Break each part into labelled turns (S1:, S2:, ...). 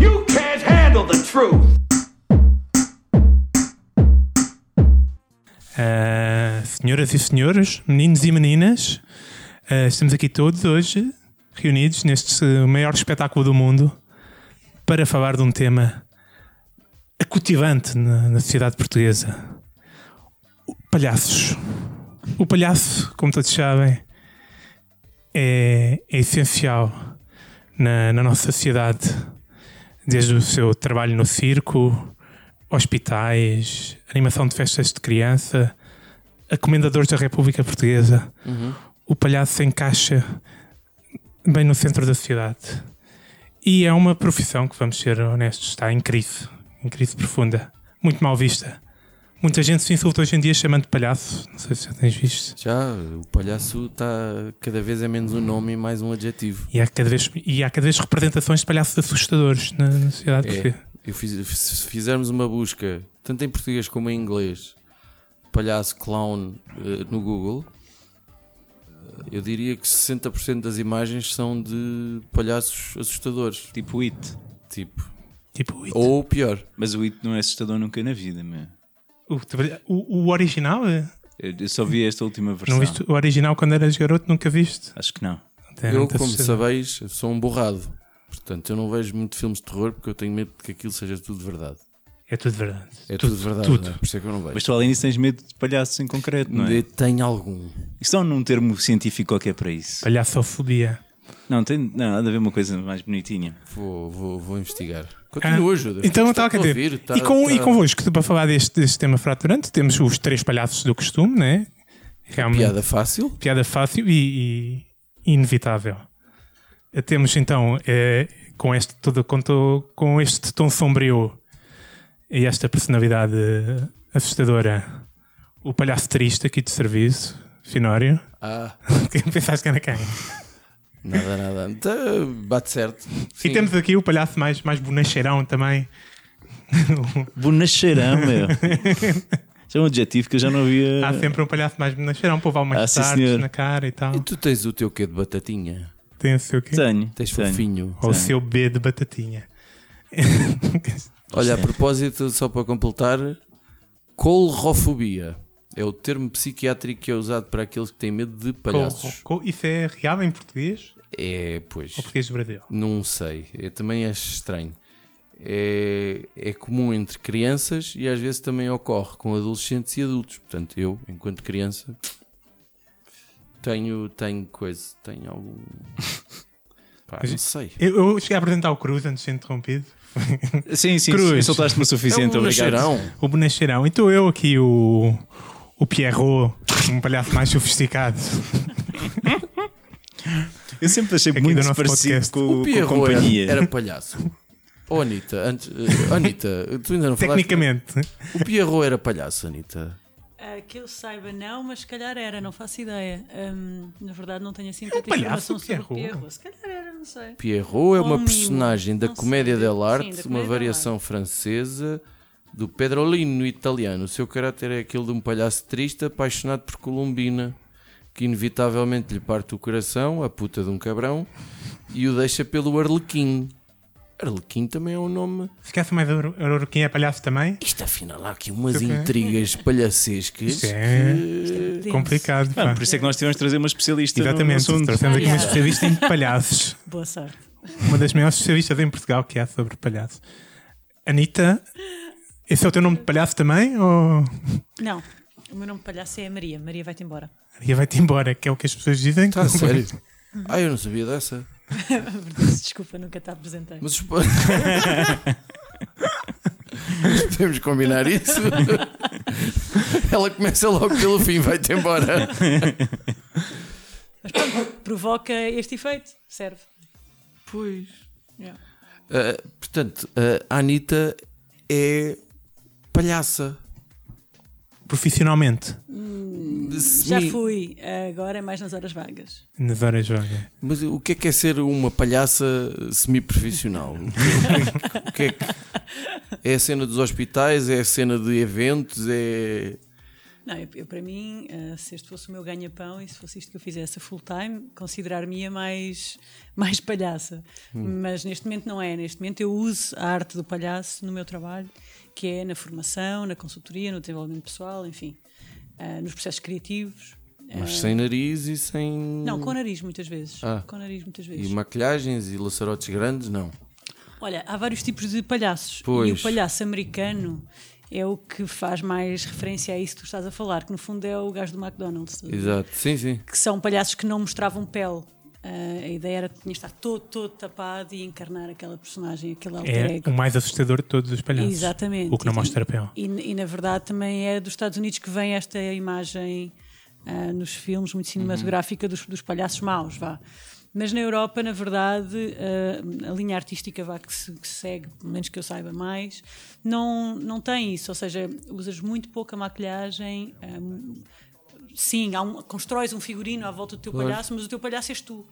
S1: You can't handle the truth.
S2: Ah, senhoras e senhores, meninos e meninas, ah, estamos aqui todos hoje reunidos neste eh, maior espetáculo do mundo para falar de um tema acutivante na, na sociedade portuguesa: O- palhaços. O palhaço, como todos sabem, é, é essencial na, na nossa sociedade, desde o seu trabalho no circo, hospitais, animação de festas de criança, a Comendadores da República Portuguesa.
S3: Uhum.
S2: O palhaço se encaixa bem no centro da sociedade. E é uma profissão que, vamos ser honestos, está em crise. Em crise profunda. Muito mal vista. Muita gente se insulta hoje em dia chamando de palhaço. Não sei se já tens visto.
S3: Já, o palhaço está cada vez é menos um nome e mais um adjetivo.
S2: E há cada vez, e há cada vez representações de palhaços assustadores na, na sociedade.
S3: É.
S2: portuguesa.
S3: Eu fiz- se fizermos uma busca, tanto em português como em inglês, palhaço clown eh, no Google, eh, eu diria que 60% das imagens são de palhaços assustadores.
S4: Tipo It.
S3: Tipo,
S2: Tipo, o,
S3: ou pior,
S4: Mas o It não é assustador nunca na vida, meu.
S2: o, o- o original? é?
S4: Eu eu só vi esta última versão.
S2: Não viste o original quando eras garoto? Nunca viste?
S4: Acho que não.
S2: É
S3: eu,
S2: muito
S3: como
S2: assustador.
S3: sabeis, sou um borrado. Portanto, eu não vejo muito filmes de terror porque eu tenho medo de que aquilo seja tudo verdade.
S2: É tudo verdade.
S3: É tudo, verdade,
S2: tudo.
S3: não é? por isso é que eu não vejo.
S4: Mas tu além disso tens medo de palhaços em concreto, não é?
S3: Eu Tenho algum.
S4: Isto é um termo científico qualquer para isso.
S2: Palhaçofobia.
S4: Não, tem não, há de haver uma coisa mais bonitinha.
S3: Vou, Tipo, vou, vou investigar.
S2: Ah,
S3: Continua, ajuda.
S2: Então, tá, quer dizer, e, com,
S3: tá-
S2: e convosco, para falar deste, deste tema fraturante, temos os três palhaços do costume, né? Realmente, piada,
S3: Piada fácil.
S2: fácil e, e inevitável. Eh, Temos então, eh, com, este, todo, com, to- com este tom sombrio e esta personalidade eh, assustadora, o palhaço triste aqui de serviço, Finório.
S3: Ah,
S2: Quem pensaste que era quem?
S3: nada, nada. Tá, bate certo.
S2: E
S3: Sim.
S2: temos aqui o palhaço mais, mais bonacheirão também.
S4: Bonacheirão, meu. Isso é um adjetivo que eu já não havia.
S2: Há sempre um palhaço mais bonacheirão, povo há
S4: É. Ah,
S2: umas
S4: sim,
S2: tardes
S4: senhor.
S2: na cara e tal.
S3: E tu tens o teu quê de batatinha?
S2: Tem o seu quê?
S4: Tenho.
S3: Tens
S4: tenho.
S3: fofinho.
S2: Ou o seu B de batatinha.
S3: Olha, a propósito, só para completar, colrofobia. É o termo psiquiátrico que é usado para aqueles que têm medo de palhaços.
S2: Co- co- isso é real em português
S3: É, pois.
S2: ou português do Brasil?
S3: Não sei, eu também acho estranho. É, é comum entre crianças e às vezes também ocorre com adolescentes e adultos. Portanto, eu, enquanto criança, tenho, tenho coisa, tenho algum. Pá, não sei.
S2: Eu, eu cheguei a apresentar o Cruz antes de ser interrompido.
S4: Sim, sim,
S2: Cruz.
S4: sim. Soltaste-me o suficiente,
S3: é um
S4: então, obrigado.
S3: cheirão.
S2: O bonacheirão. Então eu aqui, o, o Pierrot, um palhaço mais sofisticado.
S4: Eu sempre achei
S2: Aqui do
S4: muito
S2: nosso
S4: parecido
S2: podcast.
S4: com,
S3: O
S4: com a
S3: Pierro era,
S4: companhia.
S3: era palhaço. Oh, Anitta, antes, eh, Anitta, tu ainda não falaste?
S2: Tecnicamente.
S3: O Pierro era palhaço, Anitta.
S5: Ah, que eu saiba, não, mas se calhar era, não faço ideia. Ahm, na verdade, não tenho assim
S2: um
S5: tanta
S2: palhaço,
S5: informação sobre o
S2: Pierrot.
S5: Pierrot. Se calhar era, não sei.
S3: Pierrot é
S5: Ou
S3: uma
S5: um mimo,
S3: personagem da
S5: não sei.
S3: comédia
S5: Sim, da
S3: dell'arte, uma
S5: comédia
S3: variação francesa do Pedrolino italiano. O seu caráter é aquele de um palhaço triste apaixonado por Colombina, que inevitavelmente lhe parte o coração, a puta de um cabrão, e o deixa pelo Arlequim. Arlequim também é um nome.
S2: Esquece mais quem é palhaço também.
S3: Isto afinal há aqui umas
S2: Ok.
S3: intrigas palhacescas.
S2: Isto é
S5: Denso.
S2: complicado. pá.
S4: Ah, por isso é que nós tivemos de trazer uma especialista. no-
S2: Exatamente.
S4: No assunto.
S2: Trouxemos aqui uma
S5: Palhaço.
S2: especialista em palhaços.
S5: Boa sorte.
S2: Uma das maiores especialistas em Portugal que há sobre palhaços. Anitta, esse é o teu nome de palhaço também? Ou
S5: Não, o meu nome de palhaço é a Maria. Maria vai-te embora.
S2: Maria vai-te embora, que é o que as pessoas dizem?
S3: Tá a sério? Ah, eu não sabia dessa.
S5: Verdice, Desculpa, nunca te apresentei.
S3: Mas os pa- Temos de combinar isso. Ela começa logo pelo fim, vai-te embora.
S5: Provoca este efeito, serve.
S3: Pois.
S5: Yeah.
S3: Ah, portanto, eh, a Anitta é palhaça.
S2: profissionalmente?
S5: Já
S3: Semi-
S5: fui, agora é mais nas horas vagas.
S2: De várias vagas.
S3: Mas o que é que é ser uma palhaça semi-profissional? O que é que- é a cena dos hospitais? É a cena de eventos? É.
S5: Não, eu, eu, para mim, eh, se este fosse o meu ganha-pão e se fosse isto que eu fizesse a full-time, considerar-me a mais, mais palhaça.
S3: Hum.
S5: Mas neste momento não é. Neste momento eu uso a arte do palhaço no meu trabalho, que é na formação, na consultoria, no desenvolvimento pessoal, enfim, eh, nos processos criativos.
S3: Mas
S5: Eh,
S3: sem nariz e sem.
S5: Não, com o nariz muitas vezes.
S3: Ah.
S5: Com o nariz muitas
S3: E
S5: vezes.
S3: maquilhagens e laçarotes grandes? Não.
S5: Olha, há vários tipos de palhaços. E
S3: Pois.
S5: o palhaço americano é o que faz mais referência a isso que tu estás a falar, que no fundo é o gajo do McDonald's.
S3: Exato. Sim, sim.
S5: que são palhaços que não mostravam pele. Ah, a ideia era que tinha de estar todo, todo tapado e encarnar aquela personagem, aquele alter
S2: É
S5: ego.
S2: o mais assustador de todos os palhaços.
S5: Exatamente.
S2: O que não
S5: E-
S2: mostra pele.
S5: E, e, na verdade também é dos Estados Unidos que vem esta imagem ah, nos filmes
S2: Uhum.
S5: muito cinematográfica dos, dos palhaços maus, vá. Mas na Europa, na verdade, ah, a linha artística vá que se, que se segue, pelo menos que eu saiba mais, não, não tem isso. Ou seja, usas muito pouca maquilhagem. ah, sim, há um, constróis um figurino à volta do teu palhaço, mas o teu palhaço és tu.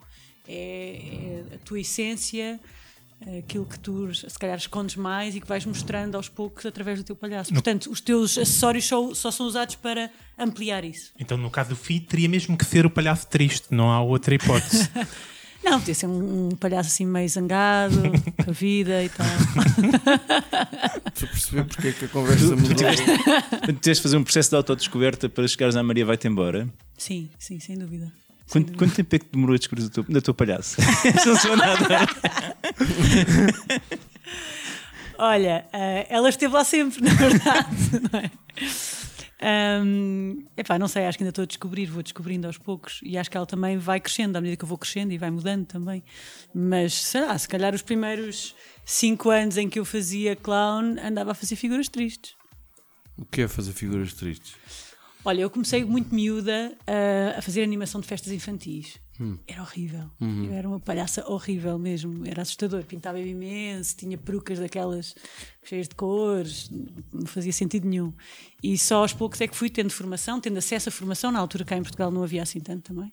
S5: É, é a tua essência, é aquilo que tu se calhar escondes mais e que vais mostrando aos poucos através do teu palhaço. Portanto, os teus acessórios só, só são usados para ampliar isso.
S2: Então, no caso do Fi, teria mesmo que ser o palhaço triste, não há outra hipótese.
S5: Não, podia ser um, um palhaço assim meio zangado, com a vida e tal.
S3: Estou a perceber porque é que a conversa mudou.
S4: Tiveste de fazer um processo de autodescoberta para chegares à Maria Vai-te Embora.
S5: Sim, sim, sem dúvida. Sem
S4: Quanto,
S5: dúvida.
S4: quanto tempo é que demorou a descobrir o teu, da tua palhaça? Não sou nada.
S5: Olha, eh, ela esteve lá sempre, na verdade, não é? Ahm, epá, não sei, acho que ainda estou a descobrir, vou descobrindo aos poucos e acho que ela também vai crescendo à medida que eu vou crescendo e vai mudando também. Mas sei lá, se calhar os primeiros cinco anos em que eu fazia clown andava a fazer figuras tristes.
S3: O que é fazer figuras tristes?
S5: Olha, eu comecei muito miúda ah, a fazer animação de festas infantis.
S3: Hum.
S5: Era horrível.
S3: Uhum.
S5: Eu era uma palhaça horrível mesmo. Era assustador. Pintava imenso, tinha perucas daquelas cheias de cores, não fazia sentido nenhum. E só aos poucos é que fui tendo formação, tendo acesso à formação. Na altura cá em Portugal não havia assim tanto também.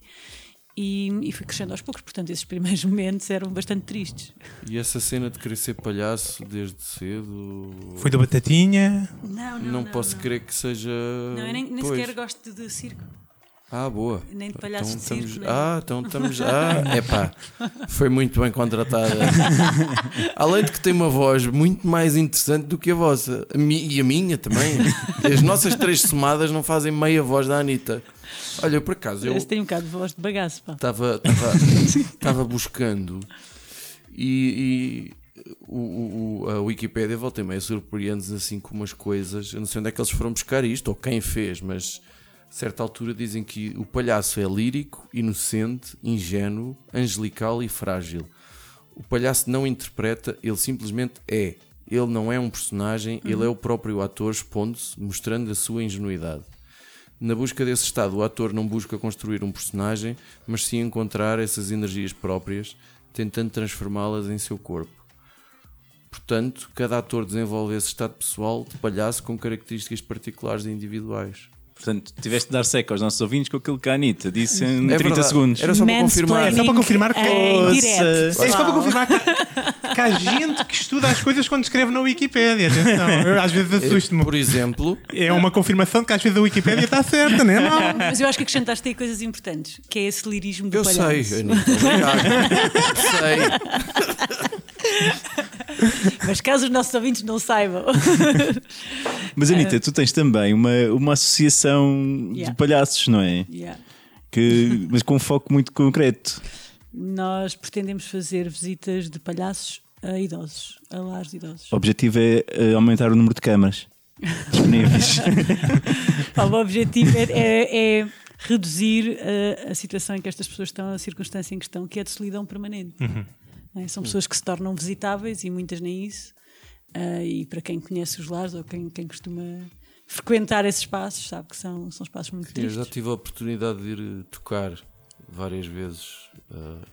S5: E, e fui crescendo aos poucos. Portanto, esses primeiros momentos eram bastante tristes.
S3: E essa cena de querer ser palhaço desde cedo.
S2: Foi do Batatinha,
S5: Não,
S3: Não, posso crer que seja.
S5: Não, eu nem, nem
S3: Pois.
S5: sequer gosto de circo.
S3: Ah, boa.
S5: Nem de palhaço de circo,
S3: estamos...
S5: nem-
S3: Ah, então estamos. Ah, epá, foi muito bem contratada. Além de que tem uma voz muito mais interessante do que a vossa. A mi- E a minha também. As nossas três somadas não fazem meia voz da Anitta. Olha, eu por acaso, eu
S5: Eu tenho um bocado de voz de bagaço, pá.
S3: estava estava buscando e. e o- o- o- a Wikipédia volta e meia surpreende-nos assim com umas coisas. Eu não sei onde é que eles foram buscar isto ou quem fez, mas a certa altura dizem que o palhaço é lírico, inocente, ingênuo, angelical e frágil. O palhaço não interpreta, ele simplesmente é. Ele não é um personagem, ele é o próprio ator expondo-se, mostrando a sua ingenuidade. Na busca desse estado, o ator não busca construir um personagem, mas sim encontrar essas energias próprias, tentando transformá-las em seu corpo. Portanto, cada ator desenvolve esse estado pessoal de palhaço com características particulares e individuais.
S4: Portanto, tiveste de dar seca aos nossos ouvintes com aquilo que a Anitta disse em
S3: É
S4: 30
S3: verdade.
S4: segundos.
S3: Era só para confirmar.
S2: É Só para confirmar que-
S5: em
S4: Ouça.
S5: direto,
S2: É só para
S5: pessoal.
S2: confirmar que, que há gente que estuda as coisas quando escreve na Wikipédia. Atenção, eu às vezes assusto-me.
S3: Por exemplo,
S2: É uma confirmação de que às vezes a Wikipédia está certa, não é? Não.
S5: Mas eu acho que acrescentaste aí coisas importantes, que é esse lirismo do
S3: eu
S5: palhaço.
S3: sei, Anitta, obrigado. sei.
S5: Mas caso os nossos ouvintes não saibam,
S4: Mas Anitta, tu tens também uma, uma associação
S5: Yeah.
S4: de palhaços, não é?
S5: Yeah.
S4: Que, mas com um foco muito concreto.
S5: nós pretendemos fazer visitas de palhaços a idosos, a lares de idosos.
S4: O objetivo é eh, aumentar o número de câmaras disponíveis.
S3: Tá,
S5: Pá, O objetivo é, é- é reduzir eh, a situação em que estas pessoas estão, a circunstância em que estão, que é de solidão permanente.
S3: Uhum.
S5: Né? São pessoas que se tornam visitáveis e muitas nem isso. Ah, e para quem conhece os lares ou quem, quem costuma frequentar esses espaços, sabe que são, são espaços muito
S3: Eu
S5: tristes.
S3: já tive a oportunidade de ir eh, tocar várias vezes. eh,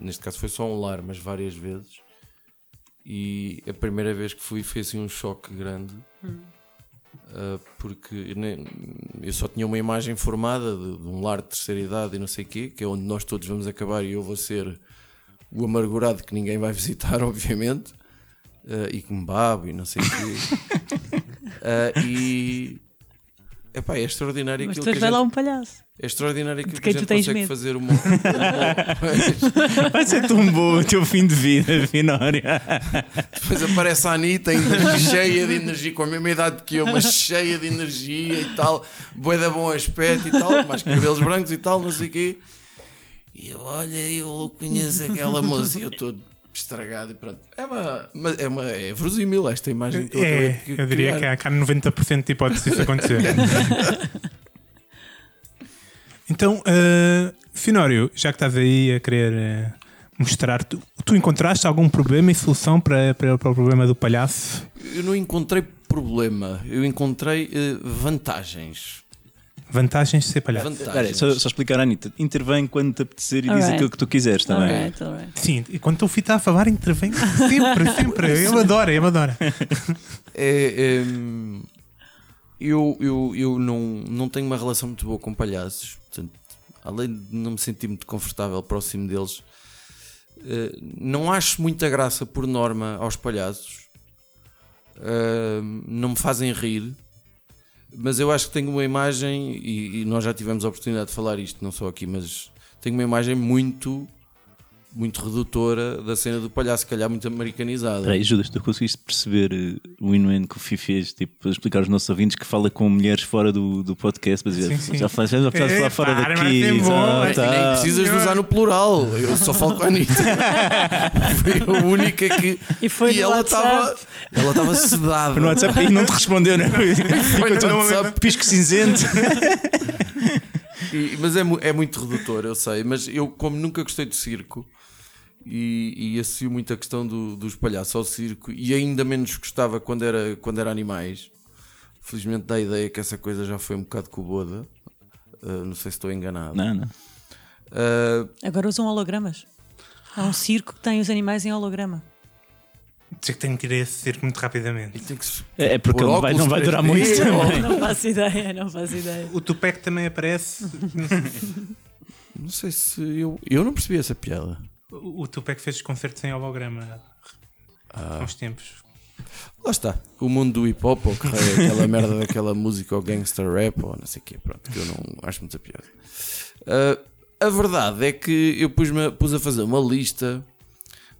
S3: neste caso foi só um lar, mas várias vezes. E a primeira vez que fui foi assim um choque grande. ah, porque eu nem- eu só tinha uma imagem formada de, de um lar de terceira idade e não sei o quê, que é onde nós todos vamos acabar e eu vou ser o amargurado que ninguém vai visitar, obviamente, ah, e que me babo e não sei o quê. Ah, e. Epá, é extraordinário
S5: Mas
S3: aquilo
S5: depois
S3: que a
S5: vai lá
S3: gente-
S5: um palhaço.
S3: é extraordinário aquilo
S5: De
S3: que a
S5: quem
S3: gente
S5: tu tens
S3: consegue
S5: medo.
S3: fazer uma.
S4: Vai ser tão bom o teu fim de vida, Finória.
S3: Depois aparece a Anitta ainda cheia de energia, com a mesma idade que eu, mas cheia de energia e tal, boi da bom aspecto e tal, mais cabelos brancos e tal, não sei o quê. E eu, olha, eu conheço aquela moça e eu estou estragado e pronto. É uma. mas É, uma, é verosímil esta imagem que eu acabei
S2: É,
S3: de
S2: eu diria
S3: criar.
S2: que há, que há 90% de hipóteses disso acontecer. então, eh, Finório, já que estás aí a querer eh, mostrar, tu, tu encontraste algum problema e solução para, para, para o problema do palhaço?
S3: Eu não encontrei problema, eu encontrei eh, vantagens.
S2: Vantagens de ser palhaço?
S4: Espera aí,
S3: Vantagens.
S4: só, só explicar à Anitta. Intervém quando te apetecer e diz
S5: Alright.
S4: aquilo que tu quiseres tá também.
S5: Alright, alright.
S2: Sim, e quando o Fita a falar, intervém sempre, sempre. Eu adoro, eu adoro.
S3: É, hum, eu eu, eu não, não tenho uma relação muito boa com palhaços, portanto, além de não me sentir muito confortável próximo deles, eh, não acho muita graça por norma aos palhaços, Hum, não me fazem rir. Mas eu acho que tenho uma imagem, e, e nós já tivemos a oportunidade de falar isto, não só aqui, mas tenho uma imagem muito, muito redutora da cena do palhaço, se calhar muito americanizada.
S4: Espera aí, Judas, tu conseguiste perceber eh, o inuendo que o Fifi fez, tipo, para explicar aos nossos ouvintes que fala com mulheres fora do, do podcast, mas
S2: Sim, sim.
S4: já faz, já precisas falar
S2: É,
S4: fora
S2: pá,
S4: daqui.
S2: mas é bom,
S4: tá,
S2: mas
S4: tá.
S3: Nem precisas de usar no plural. Eu só falo com a Anitta. foi a única que.
S5: E foi no
S3: ela
S5: WhatsApp.
S3: estava. Ela estava sedada.
S4: Foi no WhatsApp e não te respondeu, né? Ficou
S3: no
S4: todo
S3: WhatsApp.
S4: pisco cinzento.
S3: E- mas é, mu- é muito redutor, eu sei. Mas eu, como nunca gostei de circo e, e associo muito a questão do- dos palhaços ao circo e ainda menos gostava quando era, quando era animais. Felizmente dá a ideia que essa coisa já foi um bocado coboda. Uh, não sei se estou enganado.
S4: Não, não.
S3: Uh,
S5: Agora usam hologramas. Há um circo que tem os animais em holograma.
S2: Dizer que tenho que ir a esse circo muito
S3: e
S2: rapidamente.
S3: tem que se-
S4: É é porque
S3: pôr
S4: ele vai- não vai
S3: óculos
S4: durar
S3: 3D,
S4: muito
S3: ou-
S4: também.
S5: Não faço ideia, não faço ideia.
S2: O Tupec também aparece.
S3: Não sei se eu. Eu não percebi essa piada.
S2: O o Tupec fez concertos em holograma há
S3: Ah,
S2: uns tempos.
S3: Lá está. O mundo do hip hop, ou que é aquela merda daquela música, ou gangster rap, ou não sei o quê, pronto, que eu não acho muita piada. Ah, a verdade é que eu pus-me a- pus a fazer uma lista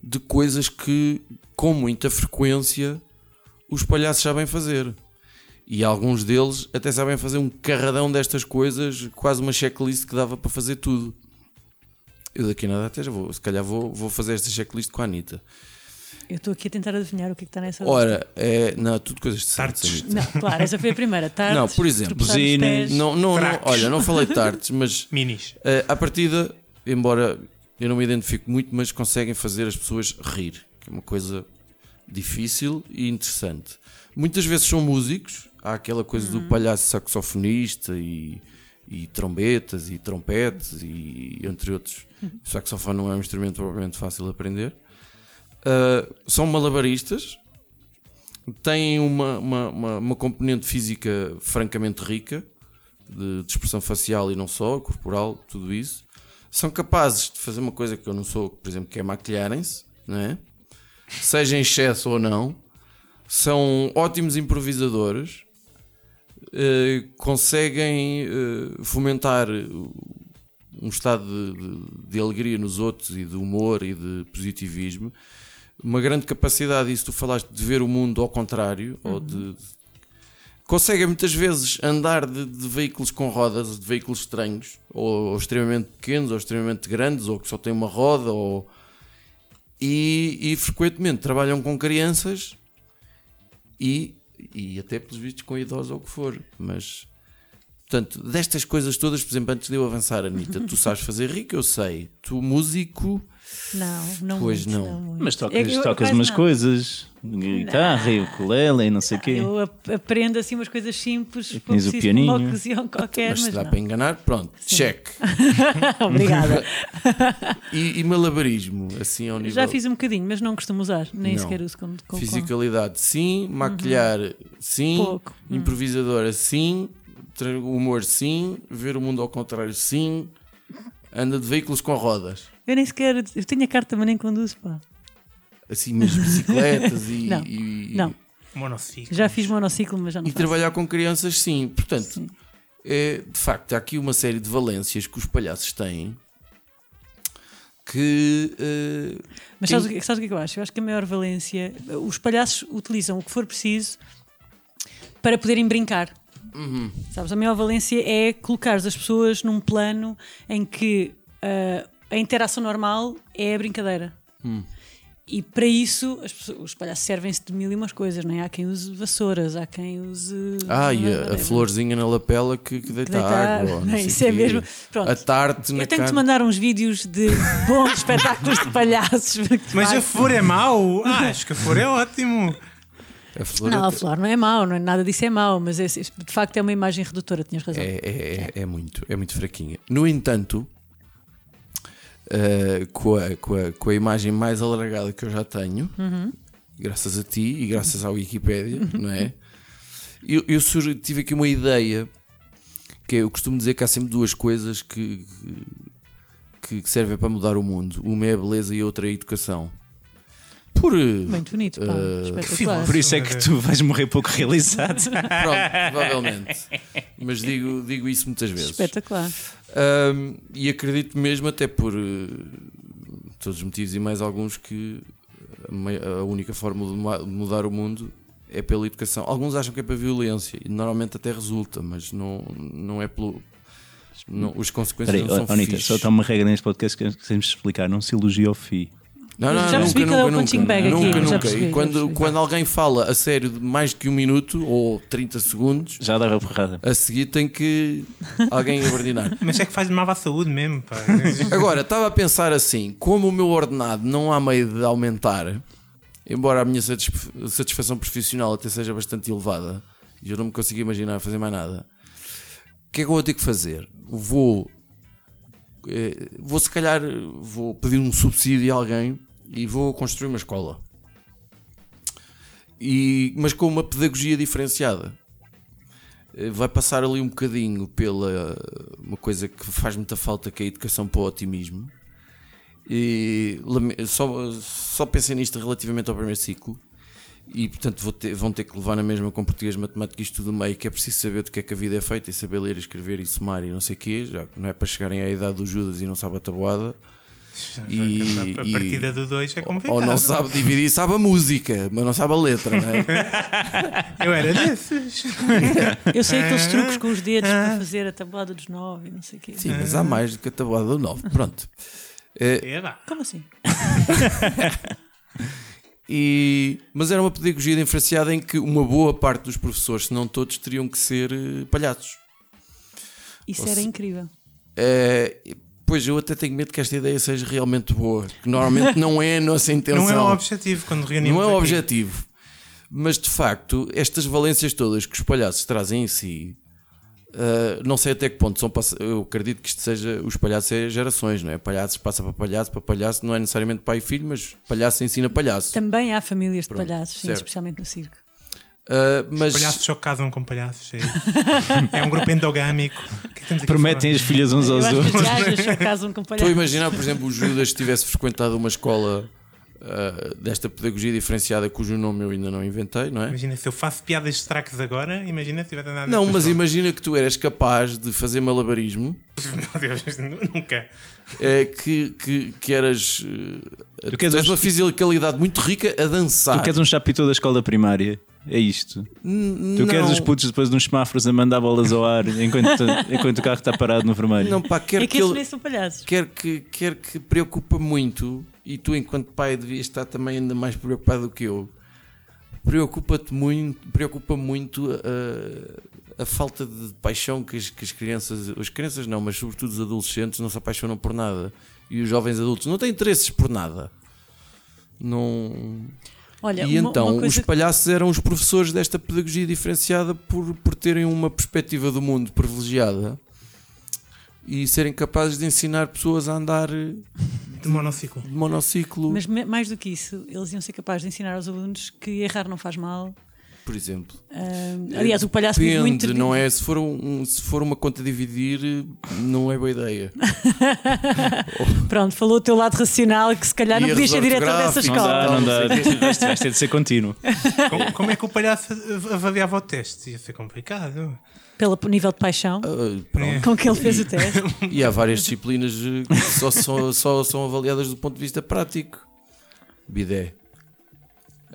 S3: de coisas que, com muita frequência, os palhaços sabem fazer. E alguns deles até sabem fazer um carradão destas coisas, quase uma checklist que dava para fazer tudo. Eu daqui a nada até já vou, se calhar vou, vou fazer esta checklist com a Anitta.
S5: Eu estou aqui a tentar adivinhar o que, é que está nessa lista.
S3: Ora, é, não, tudo coisas de
S2: Tartes.
S3: Anitta.
S5: Não, claro, essa foi a primeira. Tardes,
S3: Não, por exemplo,
S5: tropeçar nos
S4: buzinas,
S5: pés.
S3: Não, não, não,
S2: Fracos.
S3: olha, não falei de tartes, mas
S2: Minis.
S3: eh, à partida, embora eu não me identifico muito, mas conseguem fazer as pessoas rir, que é uma coisa difícil e interessante. Muitas vezes são músicos, há aquela coisa do palhaço saxofonista e, e trombetas e trompetes e entre outros. O saxofone não é um instrumento propriamente fácil de aprender. Ah, são malabaristas, têm uma, uma, uma, uma componente física francamente rica, de, de expressão facial e não só, corporal, tudo isso. São capazes de fazer uma coisa que eu não sou, por exemplo, que é maquilharem-se, não é? seja em excesso ou não. São ótimos improvisadores, eh, conseguem eh, fomentar o- um estado de, de- de alegria nos outros e de humor e de positivismo uma grande capacidade, isso tu falaste, de ver o mundo ao contrário, ou de. de- Conseguem muitas vezes andar de, de veículos com rodas, de veículos estranhos, ou, ou extremamente pequenos, ou extremamente grandes, ou que só têm uma roda, ou. E, e frequentemente trabalham com crianças e, e até pelos vistos com idosos ou o que for, mas. Portanto, destas coisas todas, por exemplo, antes de eu avançar, Anitta, tu sabes fazer rico, eu sei. Tu, músico,
S5: Não, não
S3: Pois
S5: muito,
S3: não.
S5: muito.
S4: Mas tocas,
S5: É que eu-
S4: tocas
S5: quase
S4: umas
S5: não.
S4: coisas, guitarra e ukulele e não sei o quê.
S5: Eu ap- aprendo assim umas coisas simples, porque
S4: tinhas o
S5: preciso de uma
S4: pianinho.
S5: ocasião qualquer,
S3: mas
S5: É, mas,
S3: se dá
S5: não.
S3: para enganar, pronto, cheque.
S5: Obrigada.
S3: E, e malabarismo, assim ao nível.
S5: Já fiz um bocadinho, mas não costumo usar, nem
S3: Não.
S5: sequer uso como, como
S3: Fisicalidade, sim. Maquilhar, sim.
S5: Uhum. Pouco. Hum.
S3: Improvisadora, sim. Tra- Humor, sim. Ver o mundo ao contrário, sim. Anda de veículos com rodas.
S5: Eu nem sequer. Eu tenho a carta, mas nem conduzo, pá.
S3: Assim, mas bicicletas e.
S5: Não,
S3: e-
S5: Não,
S2: Monociclo.
S5: já fiz monociclo, mas já não
S3: E
S5: faço.
S3: trabalhar com crianças, sim. Portanto, é, de facto, há aqui uma série de valências que os palhaços têm que. eh,
S5: Mas sabes, o que- sabes o que é que eu acho? Eu acho que a maior valência. Os palhaços utilizam o que for preciso para poderem brincar.
S3: Uhum.
S5: Sabes? A maior valência é colocar as pessoas num plano em que ah, a interação normal é a brincadeira.
S3: Hum.
S5: E para isso, as pessoas- os palhaços servem-se de mil e umas coisas, não é? Há quem use vassouras, há quem use.
S3: Ah, e a- a,
S5: whatever.
S3: florzinha na lapela que, que deita,
S5: é deita
S3: água.
S5: água.
S3: ou não sei
S5: Isso é
S3: quê.
S5: mesmo. Pronto.
S3: A tarte na
S5: Eu tenho que te
S3: cara.
S5: mandar uns vídeos de bons espetáculos de palhaços. porque,
S2: Mas
S5: de
S2: a
S5: facto,
S2: flor é mau? Ah, acho que a flor é ótimo.
S3: A flor
S5: Não,
S3: é-
S5: a flor não é mau, não é, nada disso é mau, mas é- de facto é uma imagem redutora, tinhas razão.
S3: é, é- é- é muito, é muito fraquinha. No entanto, eh, com, a, com a- com a imagem mais alargada que eu já tenho, graças a ti e graças à Wikipédia, não é? Eu, eu sur- tive aqui uma ideia que é, eu costumo dizer que há sempre duas coisas que, que, que servem para mudar o mundo: uma é a beleza e outra é a educação. Por. eh,
S5: Muito bonito, pá, espetacular.
S2: filósofo.
S4: Por isso é que tu vais morrer pouco realizado.
S3: Pronto, provavelmente. Mas digo, digo isso muitas vezes.
S5: Espetacular.
S3: Ahm, e acredito mesmo, até por eh, todos os motivos e mais alguns, que a mei- a única forma de mu- de mudar o mundo é pela educação. Alguns acham que é para violência, e normalmente até resulta, mas não, não é pelo. Não, os consequências
S4: Peraí,
S3: não são
S4: Anitta,
S3: fixes.
S4: só está uma regra neste podcast que temos de explicar, não se elogia ao FI.
S3: Não, não, não,
S5: Já percebi
S3: nunca,
S5: que é o
S3: nunca, nunca,
S5: punching bag aqui,
S3: nunca,
S5: já
S3: nunca.
S5: percebi,
S3: E
S5: já
S3: quando,
S5: percebi.
S3: quando alguém fala a sério de mais de que um minuto ou 30 segundos,
S4: Já dava porrada.
S3: a seguir tem que alguém abordinar.
S2: Mas é que faz mal à saúde mesmo, pá.
S3: Agora, estava a pensar assim: como o meu ordenado não há meio de aumentar, embora a minha satisf- satisfação profissional até seja bastante elevada, e eu não me consigo imaginar fazer mais nada, o que é que eu vou ter que fazer? Vou. eh, Vou, se calhar, vou pedir um subsídio a alguém e vou construir uma escola. E, mas com uma pedagogia diferenciada eh, vai passar ali um bocadinho pela eh, uma coisa que faz muita falta que é a educação para o otimismo e lame- só, só pensei nisto relativamente ao primeiro ciclo e portanto vou ter- vão ter que levar na mesma com português, matemática e estudo do meio que é preciso saber do que é que a vida é feita e saber ler, escrever e somar e não sei o quê já não é para chegarem à idade do Judas e não sabe a tabuada E-
S2: a
S3: e-
S2: partida do 2 é complicado.
S3: ou não sabe dividir, sabe a música mas não sabe a letra, não é?
S2: Eu era desses.
S5: Eu sei aqueles truques com os dedos para fazer a tabuada dos nove, e não sei o quê.
S3: sim, mas há mais do que a tabuada do 9, pronto
S2: É, vá.
S5: Como assim?
S3: E- mas era uma pedagogia diferenciada em que uma boa parte dos professores, se não todos, teriam que ser eh, palhaços.
S5: Isso
S3: Ou
S5: era
S3: se-
S5: incrível.
S3: Eh, pois eu até tenho medo que esta ideia seja realmente boa, que normalmente não é a nossa intenção.
S2: Não é o objetivo quando reunimos.
S3: Não é o
S2: aqui.
S3: objetivo. Mas de facto, estas valências todas que os palhaços trazem em si, ah, não sei até que ponto são. pass- Eu acredito que isto seja. Os palhaços é gerações, não é? Palhaços passa para palhaço, para palhaço, não é necessariamente pai e filho, mas palhaço ensina palhaço.
S5: Também há famílias de palhaços, sim,
S3: certo.
S5: especialmente no circo.
S3: Ah, mas
S2: Palhaços só casam com palhaços. É, isso. É um grupo endogâmico. O que é que temos aqui a
S4: Prometem as filhas uns
S5: Eu
S4: aos
S5: acho que
S4: outros.
S5: as gajas só casam um com
S3: Estou a
S5: palhaços.
S3: imaginar, por exemplo, o Judas tivesse frequentado uma escola ah, desta pedagogia diferenciada cujo nome eu ainda não inventei, não
S2: falar?
S3: é?
S2: Imagina se eu faço piadas de tracos agora. Imagina se tiver andado.
S3: Não, mas imagina que tu eras capaz de fazer malabarismo,
S2: Meu Deus, nunca.
S3: eh, que, que, que eras. eh,
S4: Tu queres
S3: tens
S4: uns-
S3: uma fisicalidade muito rica a dançar.
S4: Tu queres um chapitão da escola primária? É isto.
S3: N-
S4: Tu queres
S3: não,
S4: os putos depois de uns semáforos a mandar bolas ao ar enquanto, enquanto o carro está parado no vermelho.
S3: Não, pá, quero
S5: É
S3: que,
S5: que esses
S3: ele-
S5: nem são palhaços.
S3: quer que, quer que preocupa muito, e tu, enquanto pai, devias estar também ainda mais preocupado do que eu. Preocupa-te muito, preocupa muito eh, a falta de paixão que as, que as crianças, as crianças não, mas sobretudo os adolescentes, não se apaixonam por nada. E os jovens adultos não têm interesses por nada. Não,
S5: Olha,
S3: e
S5: uma,
S3: então,
S5: uma coisa
S3: os palhaços eram os professores desta pedagogia diferenciada por, por terem uma perspectiva do mundo privilegiada e serem capazes de ensinar pessoas a andar eh,
S2: De monociclo.
S3: de monociclo,
S5: Mas me- mais do que isso, eles iam ser capazes de ensinar aos alunos que errar não faz mal.
S3: por exemplo.
S5: Ah, aliás, o palhaço vive
S3: É, Depende,
S5: muito. de-
S3: não é? Se for, um- se for uma conta a dividir, eh, não é boa ideia.
S5: Pronto, falou o teu lado racional que se calhar
S3: E
S5: não
S3: a
S5: podias ser
S3: resorte
S5: diretor dessa
S3: gráfico,
S4: Não dá,
S5: escola.
S4: não dá. Vais ter de ser contínuo.
S2: Como, como é que o palhaço av- avaliava o teste? Ia ser complicado.
S5: Pelo nível de paixão
S3: Ah, pronto.
S5: com que ele fez o teste.
S2: É.
S3: E há várias disciplinas eh, que só, são- só são avaliadas do ponto de vista prático. Bidé.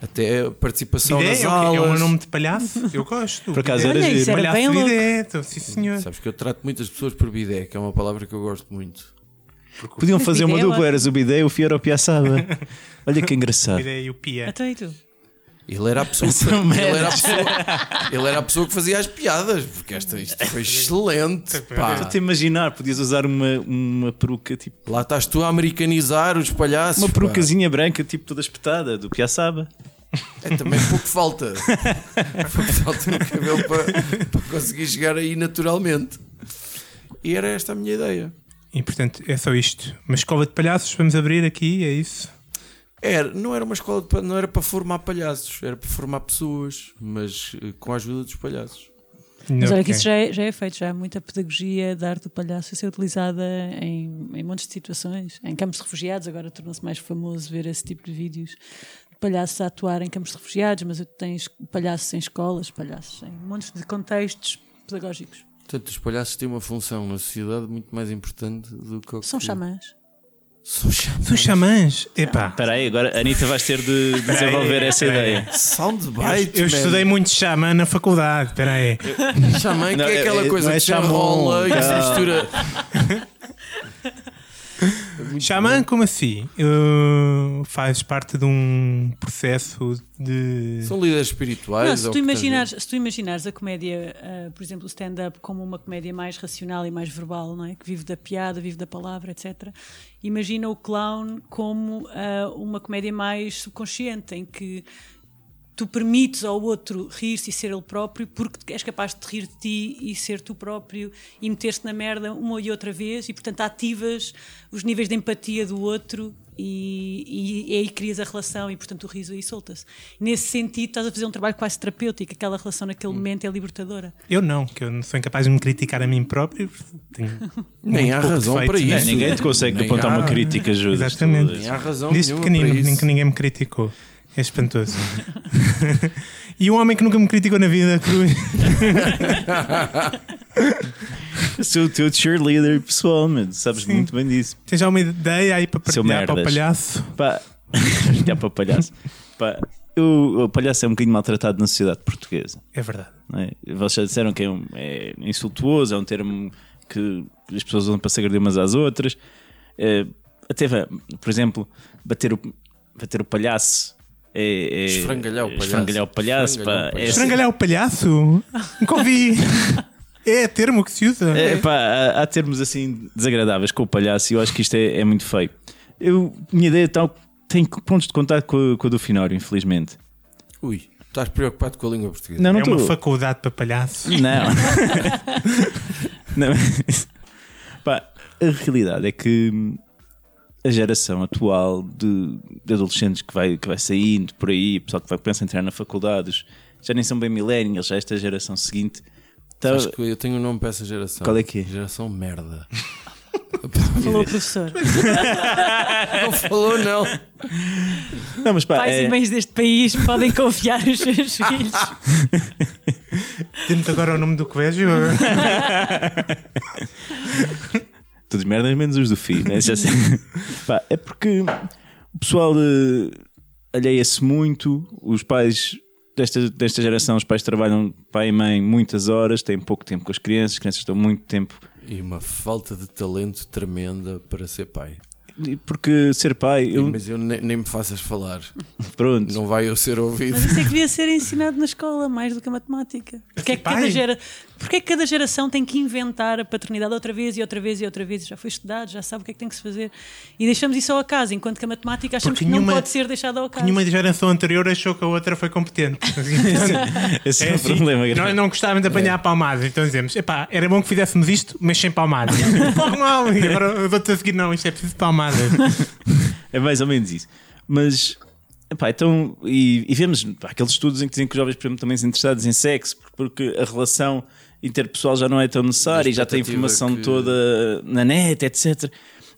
S3: Até a participação
S2: Bidé
S3: nas
S2: é, o
S3: aulas.
S2: quê? é um nome de palhaço? Eu gosto.
S4: Por acaso era
S5: Olha, isso
S4: giro. é
S5: era bem
S2: Palhaço
S5: louco.
S2: Bidé, então, sim senhor.
S3: Sabes que eu trato muitas pessoas por bidé, que é uma palavra que eu gosto muito.
S4: Podiam
S5: Mas
S4: fazer uma
S5: Bidé é
S4: dupla,
S5: ótimo.
S4: eras o Bidé e o Fiero Piaçaba. Olha que engraçado.
S2: Bidé e o Pia.
S5: Então e tu?
S3: Ele era a pessoa que, ele era a pessoa, ele era a pessoa que fazia as piadas, porque esta, isto foi excelente. pá.
S4: Estou-te a imaginar, podias usar uma, uma peruca, tipo,
S3: Lá estás tu a americanizar os palhaços.
S4: uma
S3: pá.
S4: perucazinha branca, tipo toda espetada, do Piaçaba.
S3: É também pouco falta. pouco falta no cabelo para, para conseguir chegar aí naturalmente. E era esta a minha ideia.
S2: E portanto, é só isto. Uma escola de palhaços, vamos abrir aqui, é isso.
S3: Era, não era uma escola, de pa- não era para formar palhaços, era para formar pessoas, mas eh, com a ajuda dos palhaços.
S5: Mas olha que isso já é, já é feito, já há muita pedagogia da arte do palhaço a ser utilizada em, em montes de situações, em campos de refugiados, agora tornou-se mais famoso ver esse tipo de vídeos de palhaços a atuar em campos de refugiados, mas tens palhaços em escolas, palhaços em montes de contextos pedagógicos.
S3: Portanto, os palhaços têm uma função na sociedade muito mais importante do que o
S5: São
S3: que-
S5: xamãs.
S3: São chamãs.
S2: São xamãs? Epá.
S4: Espera aí, agora Anitta vais ter de desenvolver essa ideia.
S3: Soundbite.
S2: Eu
S3: man.
S2: estudei muito xamã na faculdade, espera aí.
S3: Xamã, que
S4: Não,
S3: é
S4: é-
S3: aquela
S4: é-
S3: coisa
S4: não é Ah.
S3: que se
S4: chamon,
S3: enrola e que se
S4: não.
S3: mistura.
S2: Xamã, como assim? Uh, faz parte de um processo de.
S3: São líderes
S5: Não,
S3: espirituais.
S5: se,
S3: ou
S5: tu
S3: o que
S5: imaginares, se tu imaginares a comédia, ah, por exemplo, o stand-up, como uma comédia mais racional e mais verbal, não é? que vive da piada, vive da palavra, etc., imagina o clown como ah, uma comédia mais subconsciente, em que tu permites ao outro rir-se e ser ele próprio porque és capaz de te rir de ti e ser tu próprio e meter-te na merda uma e outra vez e portanto ativas os níveis de empatia do outro e, e, e aí crias a relação e portanto o riso aí solta-se. Nesse sentido estás a fazer um trabalho quase terapêutico, aquela relação naquele momento é libertadora.
S2: Eu não, que eu não sou incapaz de me criticar a mim próprio. Tenho-
S3: Nem há
S2: pouco
S3: razão
S2: defeito,
S3: para
S2: né?
S3: isso.
S4: Ninguém te consegue
S3: Nem
S4: apontar
S3: há-
S4: uma crítica, Judas.
S2: Exatamente.
S3: Nem há razão
S2: Desde
S3: nenhuma
S2: pequenino,
S3: para
S2: nem
S3: isso.
S2: que ninguém me criticou. É espantoso. e um homem que nunca me criticou na vida, Cruz.
S4: Sou o teu cheerleader pessoal, mano. Sabes
S2: Sim.
S4: muito bem disso.
S2: Tens já uma ideia aí para
S4: Seu
S2: partilhar para o
S4: merdas.
S2: palhaço?
S4: Pá, já para o palhaço. Pá, eu- o palhaço é um bocadinho maltratado na sociedade portuguesa.
S2: É verdade.
S4: não é? Vocês já disseram que é, um- é insultuoso, é um termo que as pessoas usam para se agredir umas às outras. Eh, até, vá, por exemplo, bater o, bater o palhaço. É, é-
S3: Esfrangalhar o palhaço.
S4: esfrangalhar o palhaço,
S3: Esfrangalhar o
S4: pá, é-
S3: palhaço.
S2: Estrangalhar o palhaço? Nunca ouvi. é termo que se usa.
S4: É, pá, há, há termos assim desagradáveis com o palhaço e eu acho que isto é, é muito feio. Eu, minha ideia é tal tem pontos de contato com, a- com a do Finório, infelizmente.
S3: Ui, estás preocupado com a língua portuguesa.
S4: Não, não
S2: É uma
S4: estou.
S2: faculdade para palhaço.
S4: Não. Não. Pá, a realidade é que hum, a geração atual de, de adolescentes que vai, que vai saindo por aí, pessoal que vai começar a entrar na faculdade, os- já nem são bem millennials, já é esta geração seguinte. Tá,
S3: Acho que eu tenho um nome para essa geração.
S4: Qual é que é?
S3: Geração merda.
S5: Falou o professor.
S3: não falou, não.
S4: não, mas pá,
S5: Pais
S4: é-
S5: e mães deste país podem confiar os seus filhos.
S2: Dê-me agora o nome do colégio.
S4: Todos merdas menos os do fim, né? Já sei. Pá, é porque o pessoal eh, alheia-se muito, os pais desta, desta geração, os pais trabalham pai e mãe muitas horas, têm pouco tempo com as crianças, as crianças estão muito tempo.
S3: E uma falta de talento tremenda para ser pai.
S4: E Porque ser pai, eu,
S3: Mas eu ne- nem me faças falar.
S4: pronto,
S3: Não vai eu ser ouvido.
S5: Mas isso é que devia ser ensinado na escola, mais do que a matemática. Porque é que
S2: Pai.
S5: cada gera... Porque é que cada geração tem que inventar a paternidade outra vez e outra vez e outra vez? Já foi estudado, já sabe o que é que tem que se fazer. E deixamos isso ao acaso, enquanto que a matemática achamos
S2: Porque
S5: que não
S2: nenhuma-
S5: pode ser deixada ao acaso.
S2: Nenhuma geração anterior achou que a outra foi competente. Então, assim,
S4: Esse é,
S2: É
S4: o
S2: assim,
S4: problema grande. É.
S2: nós não gostávamos de apanhar palmadas, então dizemos: epá, era bom que fizéssemos isto, mas sem palmadas. Pô, mal, e agora eu vou-te a seguir, não, isto é preciso de palmadas.
S4: É mais ou menos isso. Mas, pá, então, e, e vemos pá, aqueles estudos em que dizem que os jovens, por exemplo, também são interessados em sexo, porque a relação interpessoal já não é tão necessária
S3: Da
S4: e já tem
S3: expectativa
S4: informação
S3: que-
S4: toda na net, etc.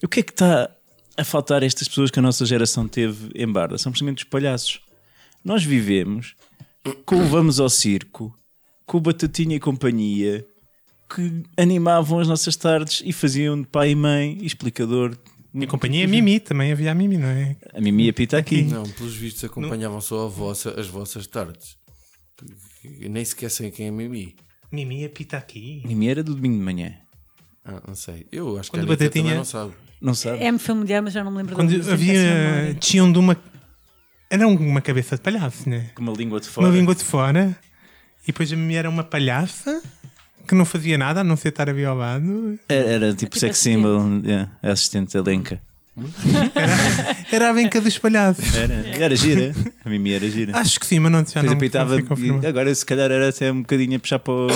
S4: O que é que está a faltar a estas pessoas que a nossa geração teve em Barda? São precisamente os palhaços. Nós vivemos com o Vamos ao Circo, com o Batatinha e Companhia, que animavam as nossas tardes e faziam de pai e mãe e explicador.
S2: Minha companhia é Mimi, também havia a Mimi, não é?
S4: A Mimi a Pita aqui.
S3: Não, pelos vistos acompanhavam só a vossa- as vossas tardes. E nem sequer sei quem é Mimi.
S2: Mimi apita aqui.
S4: Mimi era do domingo de manhã.
S3: Ah, não sei. Eu acho
S2: Quando
S3: que a Anitta
S2: Batatinha-
S3: também não sabe.
S4: Não sabe?
S5: É-me familiar, mas já não me lembro
S2: Quando
S5: de onde é
S2: havia. Tinham de uma. Era uma cabeça de palhaço, né?
S4: Com uma língua de fora.
S2: Uma língua de fora. E depois a Mimi era uma palhaça que não fazia nada a não ser estar ali ao lado.
S4: Era, era tipo
S5: Tipo
S4: sex symbol, é, a assistente da Lenca.
S2: Era a venca dos palhaços.
S4: Era, era gira. A Mimi era gira.
S2: Acho que sim, mas não, Ah, já
S4: Depois
S2: não,
S4: apitava
S2: não sei
S4: e
S2: confirmar.
S4: agora se calhar era até um bocadinho a puxar para o,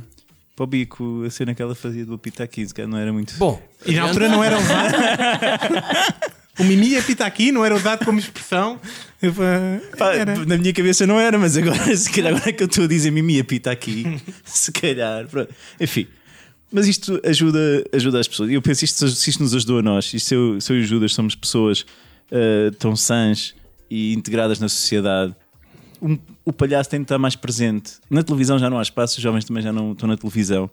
S4: para o bico a cena que ela fazia do apita 15, que não era muito.
S3: Bom,
S2: E na
S3: adiante.
S2: altura não era usado. o Mimi apita aqui não era usado como expressão. Eu,
S4: Pá,
S2: eh, Era.
S4: na minha cabeça não era, mas agora, se calhar, agora é que eu estou a dizer Mimi apita aqui, se calhar, pronto. enfim. Mas isto ajuda, ajuda as pessoas. E eu penso isto, se isto nos ajudou a nós, e se eu, se eu e o Judas somos pessoas ah, tão sãs e integradas na sociedade, um- o palhaço tem de estar mais presente. Na televisão já não há espaço, os jovens também já não estão na televisão.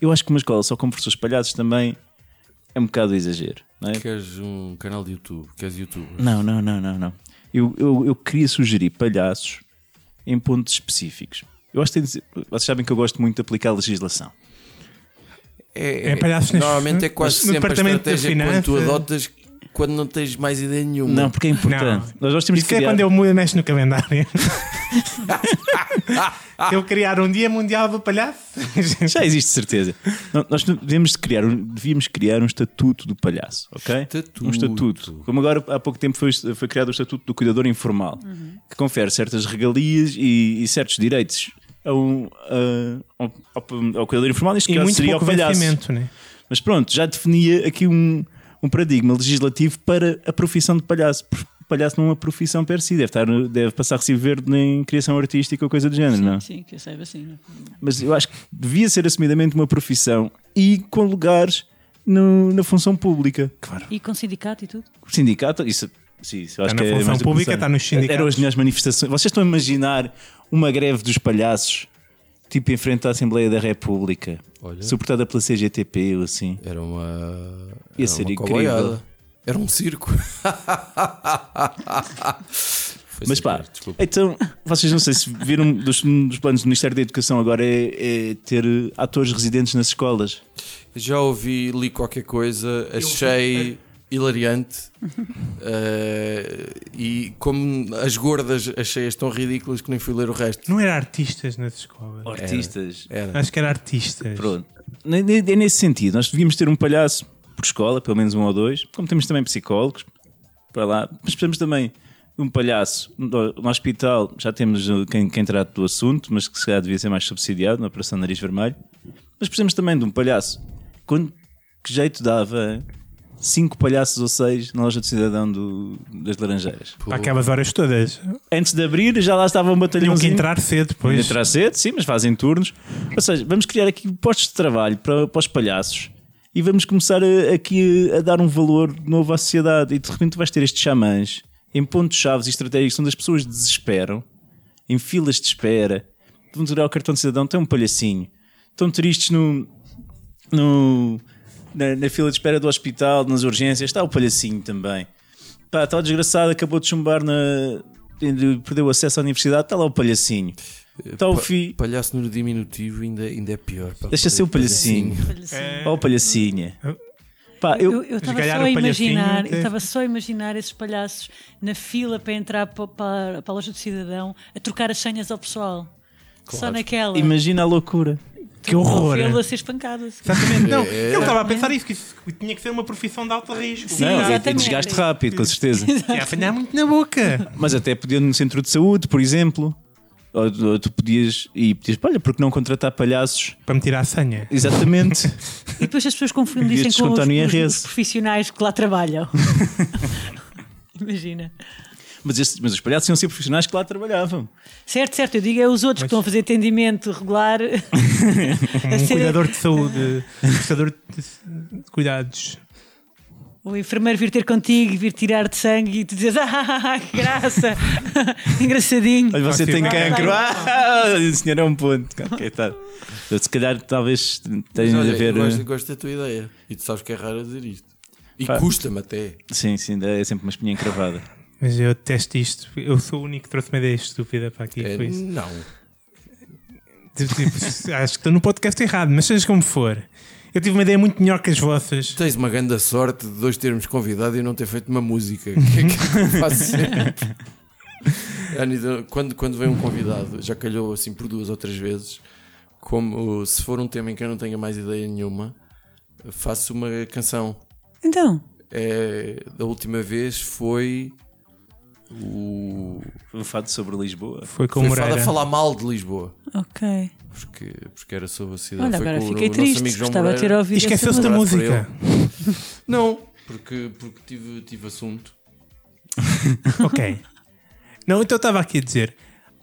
S4: Eu acho que uma escola só com professores palhaços também é um bocado exagero, não é?
S3: Queres um canal de YouTube? Queres youtuber?
S4: Não, não, não, não, não. Eu, eu, eu queria sugerir palhaços em pontos específicos. Eu acho que tem de ser- vocês sabem que eu gosto muito de aplicar legislação.
S3: É,
S2: É palhaços nas-
S3: Normalmente é quase
S2: no- no
S3: sempre a
S2: departamento da
S3: estratégia quando tu
S2: finança.
S3: adotas quando não tens mais ideia nenhuma.
S4: Não, porque é importante. Nós, nós temos
S2: Isso
S4: de
S2: que é
S4: criar-
S2: quando eu mudo mexo no calendário. eu criar um dia mundial do palhaço.
S4: Já existe certeza. Não, nós devemos de criar, um- devíamos criar um estatuto do palhaço, ok?
S3: Estatuto.
S4: Um estatuto. Como agora há pouco tempo foi, foi criado o estatuto do cuidador informal, que confere certas regalias e, e certos direitos a um- a- ao, ao- ao cuidador informal, isto
S2: e
S4: caso
S2: muito
S4: seria
S2: pouco
S4: ao palhaço.
S2: vencimento, né?
S4: Mas pronto, já definia aqui um, um paradigma legislativo para a profissão de palhaço. Por- Palhaço não é uma profissão per si, deve, estar, no- deve passar recibo verde nem criação artística ou coisa do género, não? é?
S5: Sim, que eu saiba, sim.
S4: Mas eu acho que devia ser assumidamente uma profissão e com lugares no- na função pública. Claro.
S5: E com sindicato e tudo?
S4: O sindicato, isso, sim, isso eu acho
S2: Tá na
S4: que é
S2: função
S4: mais do que
S2: pública,
S4: necessário.
S2: está nos sindicatos.
S4: Eram as melhores manifestações. Vocês estão a imaginar uma greve dos palhaços, tipo em frente à Assembleia da República,
S3: Olha.
S4: suportada pela CGTP ou assim?
S3: Era uma.
S4: Ia
S3: era
S4: ser
S3: uma
S4: incrível.
S3: coboiada. Era um circo. Foi
S4: Mas
S3: sem
S4: pá,
S3: querer, desculpa.
S4: então, vocês não sei se viram um dos, um dos planos do Ministério da Educação agora é, é ter eh, atores residentes nas escolas.
S3: Já ouvi, li qualquer coisa, achei hilariante. Eh, e como as gordas achei-as tão ridículas que nem fui ler o resto.
S2: Não era artistas nas escolas.
S4: Artistas.
S3: Era.
S2: Acho que era artistas.
S4: Pronto. Ne- ne- É nesse sentido, nós devíamos ter um palhaço por escola, pelo menos um ou dois, como temos também psicólogos para lá, mas precisamos também de um palhaço no no hospital, já temos eh, quem, quem trata do assunto, mas que se calhar devia ser mais subsidiado na Operação Nariz Vermelho, mas precisamos também de um palhaço. Quando, que jeito dava hein? cinco palhaços ou seis na loja do cidadão do- das Laranjeiras?
S2: Para aquelas horas todas.
S4: Antes de abrir já lá estava um
S2: Tinham que
S4: batalhãozinho.
S2: entrar cedo depois.
S4: Ainda terá cedo, sim, mas fazem turnos. Ou seja, vamos criar aqui postos de trabalho para, para os palhaços e vamos começar a- aqui a, a dar um valor novo à sociedade. E de repente vais ter estes xamãs em pontos-chave e estratégicos onde as pessoas desesperam, em filas de espera, vão tirar o cartão de cidadão, tem um palhacinho, estão tristes no. no na, na fila de espera do hospital, nas urgências, está o palhacinho também. Pá, está o desgraçado, acabou de chumbar na. perdeu acesso à universidade, está lá o palhacinho. Está o
S3: Pa-
S4: Então, fi.
S3: Palhaço no diminutivo ainda, ainda é pior. pá.
S4: Deixa ser o palhacinho. Ó o palhacinha. Pá,
S5: Eu
S4: eu.
S5: eu estava
S2: É, calhar
S5: só a
S2: o palhacinho
S5: imaginar,
S2: até-
S5: eu estava só a imaginar esses palhaços na fila para entrar pa- pa- para, a loja do cidadão a trocar as senhas ao pessoal. Só naquela.
S4: Imagina a loucura.
S2: Que horror.
S5: Vê-lo a ser espancado. assim.
S2: Exatamente, não. Então,
S3: É.
S2: Eu estava a pensar isso, que isso tinha que ser uma profissão de alto risco.
S5: Sim,
S4: não, é
S5: exatamente.
S4: desgaste rápido, com certeza.
S2: É apanhar muito na boca.
S4: Mas até podiam no centro de saúde, por exemplo. Ou, ou tu podias e podias, olha, porque não contratar palhaços?
S2: Para me tirar a senha.
S4: Exatamente.
S5: E depois as pessoas confundem
S4: Devias
S5: isso com os,
S4: descontar no
S5: os-
S4: IRS.
S5: os profissionais que lá trabalham. Imagina.
S4: mas, estes- mas os palhaços iam ser profissionais que lá trabalhavam.
S5: Certo, certo, eu digo é os outros que estão a fazer atendimento regular.
S2: Um cuidador de saúde, prestador de de cuidados.
S5: O enfermeiro vir ter contigo, vir tirar de sangue e tu dizes, ah, que graça, engraçadinho.
S4: Olha, você
S2: Ah, sim.
S4: tem
S2: Ah,
S4: cancro.
S5: bem.
S4: Ah, o senhor é um ponto. Ok, tá. Eu, Se calhar, talvez
S3: Mas
S4: tenha
S3: olha,
S4: de haver.
S3: eu gosto, gosto da tua ideia. E tu sabes que é raro dizer isto. E
S4: eh. Pá.
S3: custa-me até.
S4: Sim, sim, é sempre uma espinha encravada.
S2: Mas eu detesto isto. Eu sou o único que trouxe uma ideia estúpida para aqui.
S3: É,
S2: Foi isso.
S3: não.
S2: Tipo, tipo, acho que estou no podcast errado, mas seja como for. Eu tive uma ideia muito melhor que as vossas.
S3: Tens uma grande sorte de dois termos convidado e não ter feito uma música. Que é que eu faço sempre? Anida, quando, quando vem um convidado, já calhou assim por duas ou três vezes, como se for um tema em que eu não tenha mais ideia nenhuma, faço uma canção.
S5: Então,
S3: É, da última vez foi o.
S4: O fato sobre Lisboa.
S2: Foi com
S3: Foi
S2: o
S3: fado a
S2: Moreira.
S3: falar mal de Lisboa.
S5: ok.
S3: Porque, porque era sobre a cidade.
S5: Olha,
S3: Foi
S5: agora
S3: com o
S5: fiquei
S3: nosso amigo
S5: triste,
S3: João
S5: gostava de ter
S3: Moreira.
S2: E
S5: ouvido.
S2: esqueceu-se da
S5: essa música.
S3: Abraço para
S2: música.
S3: Não, porque, porque tive, tive assunto.
S2: Ok. Não, então eu estava aqui a dizer.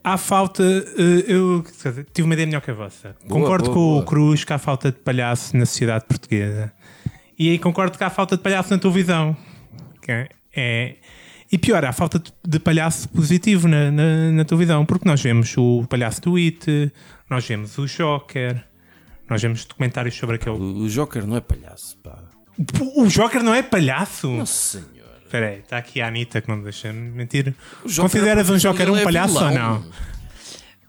S2: Há falta. eh, Eu quer dizer, tive uma ideia melhor que a vossa.
S3: Boa,
S2: concordo
S3: boa,
S2: com
S3: boa.
S2: o Cruz que há falta de palhaço na sociedade portuguesa. E aí concordo que há falta de palhaço na televisão. Que É. E pior, há falta de- de palhaço positivo na, na, na televisão, porque nós vemos o palhaço do It, nós vemos o Joker, nós vemos documentários sobre aquele.
S3: O, o Joker não é palhaço, pá.
S2: O Joker não é palhaço?
S3: Nossa senhora.
S2: Espera aí, está aqui a Anitta que não me deixa mentir.
S3: O Joker
S2: Consideras um
S3: é-
S2: Joker
S3: ele
S2: um
S3: é
S2: palhaço ou
S3: vilão.
S2: não?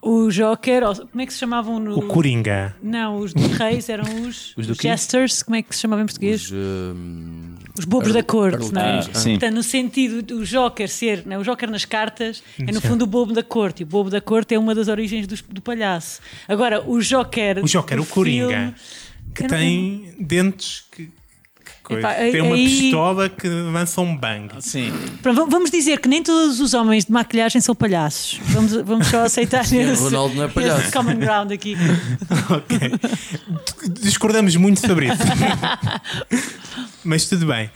S5: O Joker, ou- como é que se chamavam no.
S2: O Coringa.
S5: Não, os dos reis eram os,
S4: Os do quê?
S5: jesters, como é que se chamava em português?
S3: Os, hum,
S5: Os bobos da corte, não é?
S4: Ah, sim.
S5: Portanto, no sentido do Joker ser, não, é? o Joker nas cartas é no
S2: Sim.
S5: fundo o bobo da corte, e o bobo da corte é uma das origens dos- do, palhaço. Agora, o Joker.
S2: O Joker,
S5: do
S2: o Coringa.
S5: filme-
S2: Que
S5: Eu não-
S2: tem dentes que. que coisa.
S5: aí-
S2: tem uma
S5: aí-
S2: pistola que lança um bang.
S4: Sim.
S5: Pronto, va- vamos dizer que nem todos os homens de maquilhagem são palhaços. Vamos, vamos só aceitar esse,
S3: Ronaldo não é palhaço.
S5: esse common ground aqui.
S2: Ok. Discordamos muito sobre isso. Mas tudo bem.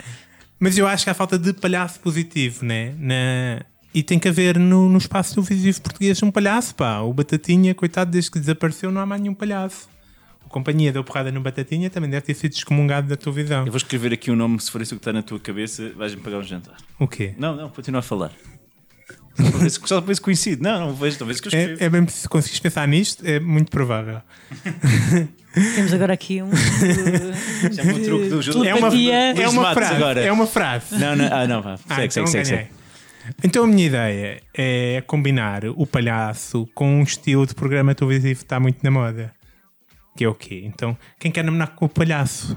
S2: Mas eu acho que há falta de palhaço positivo, né? Na... E tem que haver no, no espaço televisivo português um palhaço, pá. O Batatinha, coitado, desde que desapareceu, não há mais nenhum palhaço. A companhia deu porrada no Batatinha, também deve ter sido excomungado da televisão.
S4: Eu vou escrever aqui o nome, se for isso que está na tua cabeça, vais-me pagar um jantar.
S2: O quê?
S4: Não, não, continua a falar. Só para ver se- Só para ver se coincide. Não, não vejo, talvez que eu escrevo.
S2: É, é bem, se conseguires pensar nisto, é muito provável.
S5: Temos agora aqui
S4: é
S5: um.
S4: um truque do jogo.
S2: É uma,
S5: Telepatia.
S2: é
S4: Luís
S2: uma
S4: Matos
S2: frase.
S4: agora.
S2: É uma frase.
S4: Não, não, ah, não, vá.
S2: Ah,
S4: Segue,
S2: então
S4: segue, segue,
S2: ganhei.
S4: segue.
S2: Então a minha ideia é combinar o palhaço com um estilo de programa televisivo que está muito na moda. Que é o quê? Então, quem quer namorar com o palhaço?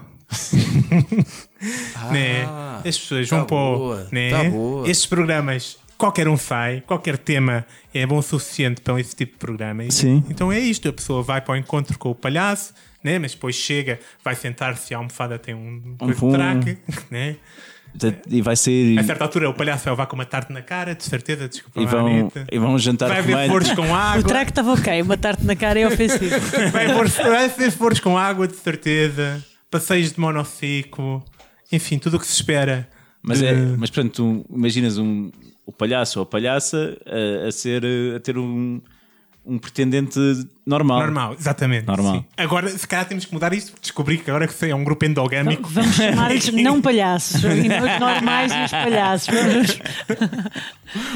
S2: né? As pessoas vão
S3: tá
S2: para o-
S3: boa,
S2: né?
S3: tá boa.
S2: Estes programas, qualquer um sai, qualquer tema é bom o suficiente para esse tipo de programa. E-
S4: Sim.
S2: Então é isto, a pessoa vai para o encontro com o palhaço, né? mas depois chega, vai sentar-se, a almofada tem um, coisa de
S4: pum.
S2: traque, né?
S4: Portanto, E vai sair.
S2: A
S4: e-
S2: certa altura o palhaço vai levar com uma tarte na cara, de certeza, desculpa
S4: E
S2: lá,
S4: vão,
S2: Anitta.
S4: e vão jantar
S2: Vai haver flores
S4: romântico.
S2: com
S5: O
S2: água.
S5: trago estava ok, matar-te na cara é ofensivo.
S2: Vai haver- vai haver flores com água, de certeza. Passeios de monociclo. Enfim, tudo o que se espera.
S4: Mas,
S2: de-
S4: é, mas portanto, tu imaginas um, o palhaço ou a palhaça a, a ser, eh, a ter um, um pretendente normal.
S2: Normal, exatamente.
S4: Normal.
S2: sim. Agora, se calhar temos que mudar isto, porque descobri que agora que sei, é um grupo
S5: Então,
S2: endogâmico.
S5: Vamos chamar-lhes não palhaços, e não os normais e os palhaços. Vamos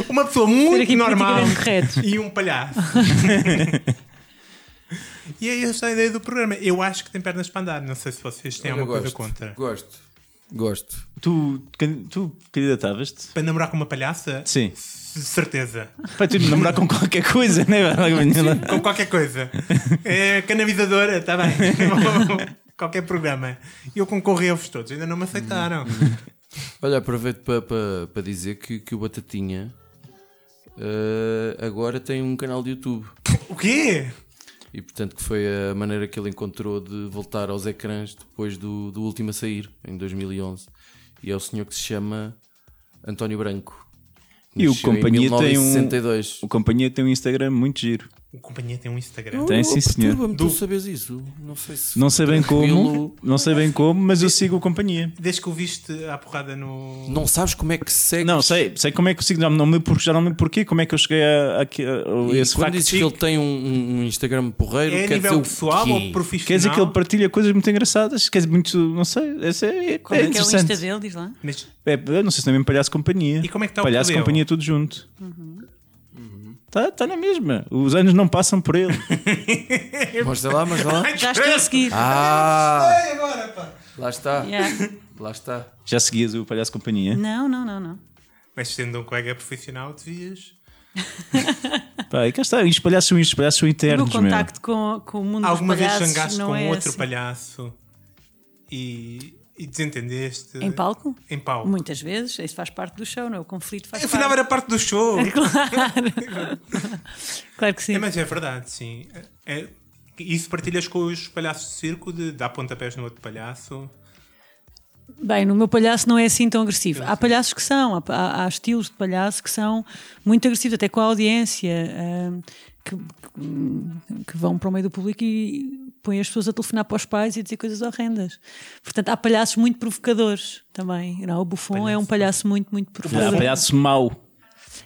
S2: Uma pessoa
S5: ser
S2: muito
S5: aqui
S2: normal
S5: politicamente corretos.
S2: e um palhaço. e é esta a ideia do programa. Eu acho que tem pernas para andar. Não sei se vocês têm
S3: Olha,
S2: alguma coisa
S3: gosto,
S2: contra.
S3: Gosto. Gosto.
S4: Tu, can- tu candidatavas-te?
S2: Para namorar com uma palhaça?
S4: Sim.
S2: De certeza.
S4: Para tu namorar com qualquer coisa, não é?
S2: Com qualquer coisa. É, canalizadora, está bem. qualquer programa. Eu concorri a vos todos, ainda não me aceitaram.
S5: Uhum.
S3: Olha, aproveito para para dizer que, que o Batatinha eh, agora tem um canal de YouTube.
S2: o quê?
S3: E portanto que foi a maneira que ele encontrou de voltar aos ecrãs depois do, do último a sair, em 2011. E é o senhor que se chama António Branco. que
S4: E o
S3: nasceu em
S4: Companhia tem um-
S3: 1962.
S4: O companhia tem um Instagram muito giro.
S2: O companhia tem um Instagram.
S4: Tem, sim, senhor.
S3: Perturba-me tu sabes isso. Não sei se.
S4: Não sei bem
S3: Tranquilo.
S4: como, não sei bem como, mas eu sigo o companhia.
S2: Desde que o viste à porrada no.
S3: Não sabes como é que se segue.
S4: Não, sei, sei como é que eu sigo, já não me lembro, já não me lembro porquê, como é que eu cheguei a, a, a- a
S3: E
S4: esse
S3: quando
S4: fact
S3: dizes que ele tem um, um- um Instagram porreiro,
S2: É a
S3: quer dizer
S2: nível
S3: o
S2: pessoal
S3: quê?
S2: ou profissional?
S4: Quer dizer que ele partilha coisas muito engraçadas, quer dizer, muito, não sei, é, é, é
S5: Como é, que é o
S4: interessante.
S5: Insta dele? Diz lá.
S2: Mas
S4: É, eu não sei se não é mesmo palhaço companhia.
S2: E como é que tá o
S4: Palhaço
S2: Tadeu?
S4: companhia tudo junto.
S5: Uhum.
S4: Está tá na mesma. Os anos não passam por ele.
S3: Mostra lá, mostra lá.
S5: Já é estou a seguir.
S3: Ah,
S2: Ai, agora, pá.
S3: lá está.
S5: Yeah.
S3: Lá está.
S4: Já seguias o palhaço companhia?
S5: Não, não, não, não.
S2: Mas sendo um colega profissional, devias.
S4: Pá, e cá está. Os palhaços são isto, os palhaços são
S5: O
S4: eternos,
S5: meu
S4: meu.
S5: contacto com, com o mundo
S2: Alguma
S5: dos palhaços
S2: vez zangaste
S5: não
S2: com
S5: é
S2: outro
S5: assim.
S2: palhaço e, e desentendeste?
S5: Em palco?
S2: Em palco.
S5: Muitas vezes, isso faz parte do show, não é? O conflito faz
S2: Afinal,
S5: parte.
S2: era parte do show.
S5: Claro. claro que sim.
S2: É, mas é verdade, sim. É- isso partilhas com os palhaços de circo de dar pontapés no outro palhaço.
S5: Bem, no meu palhaço não é assim tão agressivo. Há palhaços que são, há, há- há estilos de palhaço que são muito agressivos, até com a audiência, ahm, que, que- que vão para o meio do público e põem as pessoas a telefonar para os pais e a dizer coisas horrendas. Portanto, há palhaços muito provocadores também. Não, o Buffon é um palhaço muito, muito
S4: Já,
S5: provocador.
S4: Ah, palhaço mau.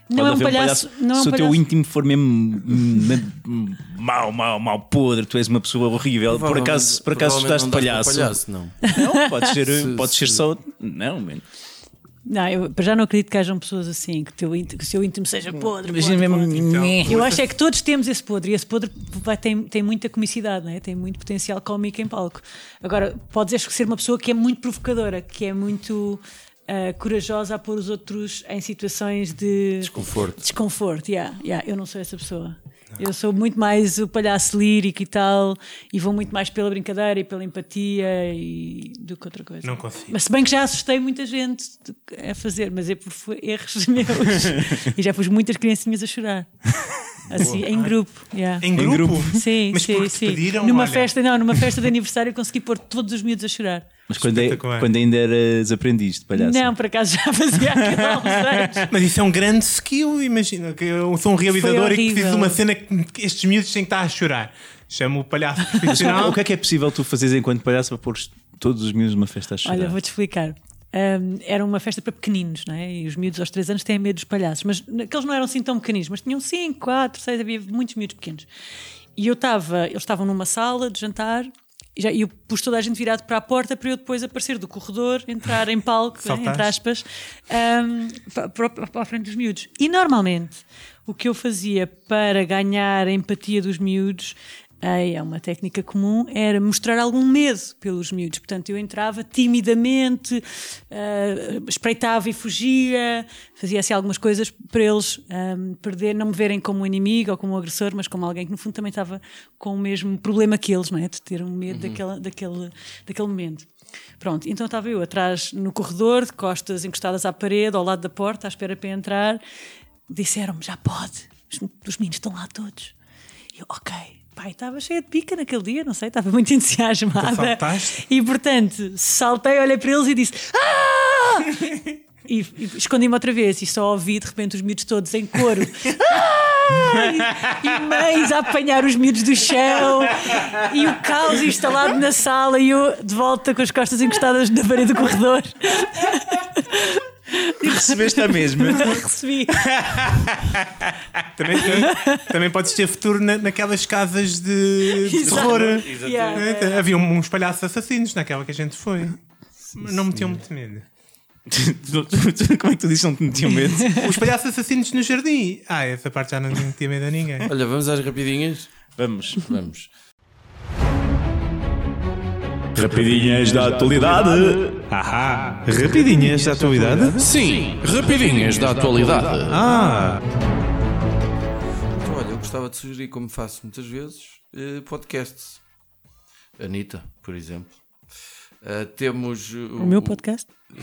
S5: não,
S4: Pode
S5: é um
S4: haver
S5: palhaço, não
S4: Se
S5: é um
S4: o teu
S5: palhaço.
S4: íntimo for mesmo hum, hum, mau, mau, mau, podre, tu és uma pessoa horrível. Por acaso, se por acaso
S3: Provavelmente
S4: estudaste
S3: não dás para
S4: palhaço.
S3: palhaço. Não.
S4: Não, pode ser,
S3: Se-
S4: pode ser
S3: se-
S4: só. Não, mano.
S5: Não, eu para já não acredito que hajam pessoas assim, que, teu íntimo- que o seu íntimo seja podre. podre,
S4: Imagina
S5: podre.
S4: mesmo.
S5: Eu acho é que todos temos esse podre e esse podre vai- tem, tem muita comicidade, não é? tem muito potencial cómico em palco. Agora, podes ser uma pessoa que é muito provocadora, que é muito ah, corajosa a pôr os outros em situações de
S3: Desconforto.
S5: desconforto. yeah, yeah, eu não sou essa pessoa. Eu sou muito mais o palhaço lírico e tal, e vou muito mais pela brincadeira e pela empatia e- do que outra coisa.
S2: Não consigo.
S5: Mas se bem que já assustei muita gente de- a fazer, mas é por fu- erros meus. e já pus muitas criancinhas a chorar. Assim, em grupo. yeah.
S2: Em grupo?
S4: grupo.
S5: Sim,
S2: Mas
S5: sim,
S2: porque te
S5: sim.
S2: pediram,
S5: numa
S2: olha.
S5: festa, não, numa festa de aniversário eu consegui pôr todos os miúdos a chorar.
S4: Mas quando, é-
S2: Espetacular.
S4: quando ainda eras aprendiz de palhaço.
S5: Não, por acaso já fazia há uns anos.
S2: Mas isso é um grande skill, imagina. Que eu sou um realizador e que
S5: horrível.
S2: preciso de uma cena que que estes miúdos têm que estar a chorar. Chamo o palhaço profissional.
S4: O que é que é possível tu fazeres enquanto palhaço para pôr todos os miúdos numa festa a chorar?
S5: Olha, vou-te explicar. Ahm, era uma festa para pequeninos, não é? E os miúdos aos 3 anos têm medo dos palhaços, mas aqueles não eram assim tão pequeninos, mas tinham 5, 4, 6, havia muitos miúdos pequenos. E eu estava, eles estavam numa sala de jantar. E, já, e eu pus toda a gente virado para a porta para eu depois aparecer do corredor, entrar em palco, né,
S2: Saltaste.
S5: entre aspas, ahm, pa- para, o- para a frente dos miúdos. E normalmente o que eu fazia para ganhar a empatia dos miúdos Ei, é uma técnica comum, era mostrar algum medo pelos miúdos. Portanto, eu entrava timidamente, ah, espreitava e fugia, fazia assim algumas coisas para eles ahm, perder, não me verem como um inimigo ou como um agressor, mas como alguém que no fundo também estava com o mesmo problema que eles, não é? De ter um medo daquela, daquele, daquele momento. Pronto, então estava eu atrás no corredor, de costas encostadas à parede, ao lado da porta, à espera para entrar. Disseram-me: já pode, os, os meninos estão lá todos. Eu, ok. Pai, estava cheia de pica naquele dia, não sei, estava muito entusiasmada.
S2: saltaste?
S5: E portanto, saltei, olhei para eles e disse: Ah! e, e escondi-me outra vez e só ouvi de repente os miúdos todos em coro. "Ah!" E, e mães a apanhar os miúdos do chão e o caos instalado na sala e eu de volta com as costas encostadas na parede do corredor.
S4: E recebeste a mesma.
S5: Recebi.
S2: Também, também, também podes ter futuro na- naquelas casas de, de terror.
S5: Yeah.
S2: Eh, Havia uns palhaços assassinos naquela que a gente foi. Mas Não metiam muito medo.
S4: Como é que tu disse que não te metiam medo?
S2: Os palhaços assassinos no jardim. Ah, essa parte já não tinha medo a ninguém.
S3: Olha, vamos às rapidinhas.
S4: Vamos.
S3: Vamos.
S4: Rapidinhas da atualidade.
S2: Ahá! Rapidinhas da atualidade?
S3: Sim, rapidinhas da atualidade.
S2: Ah!
S3: Então, olha, eu gostava de sugerir, como faço muitas vezes, eh, podcasts. Anitta, por exemplo. Eh, temos eh,
S5: O meu podcast?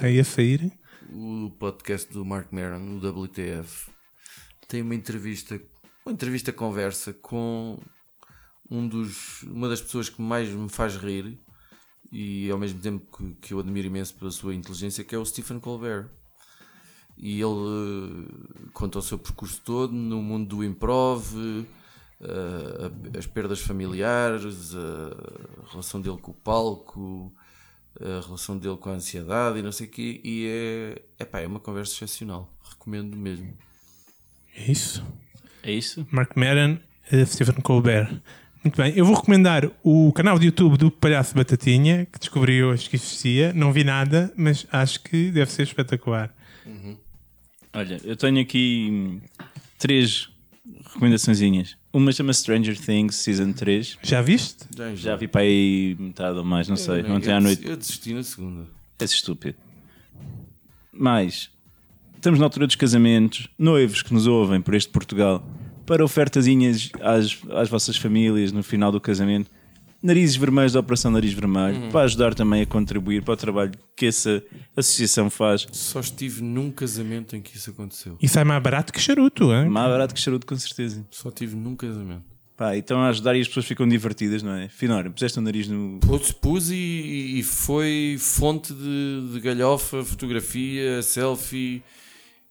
S2: Aí a sair.
S3: o podcast do Mark Maron, o WTF, tem uma entrevista, uma entrevista conversa com um dos, uma das pessoas que mais me faz rir e ao mesmo tempo que, que eu admiro imenso pela sua inteligência, que é o Stephen Colbert. E ele eh, conta o seu percurso todo no mundo do improv, eh, a- as perdas familiares, a relação dele com o palco, a relação dele com a ansiedade e não sei o quê. E é, epá, é uma conversa excepcional. Recomendo mesmo.
S2: É isso.
S4: É isso?
S2: Mark Maron, eh, Stephen Colbert. Muito bem, eu vou recomendar o canal de YouTube do Palhaço Batatinha, que descobri hoje que existia. Não vi nada, mas acho que deve ser espetacular.
S4: Olha, eu tenho aqui hum, três recomendaçõezinhas. Uma chama Stranger Things Season 3.
S2: Já viste?
S4: Já vi para aí metade ou mais, não sei.
S3: Eu-
S4: Ontem
S3: eu
S4: à
S3: des-
S4: noite.
S3: Eu desisti na segunda.
S4: É estúpido. Mas estamos na altura dos casamentos, noivos que nos ouvem por este Portugal, para ofertazinhas às, às vossas famílias no final do casamento, narizes vermelhos da Operação Nariz Vermelho, para ajudar também a contribuir para o trabalho que essa associação faz.
S3: Só estive num casamento em que isso aconteceu.
S2: E sai é mais barato que charuto, hein?
S4: Mais barato que charuto, com certeza.
S3: Só estive num casamento.
S4: Pá, e estão a ajudar e as pessoas ficam divertidas, não é? Finora, puseste o nariz no.
S3: Pus, pus e, e foi fonte de, de galhofa, fotografia, selfie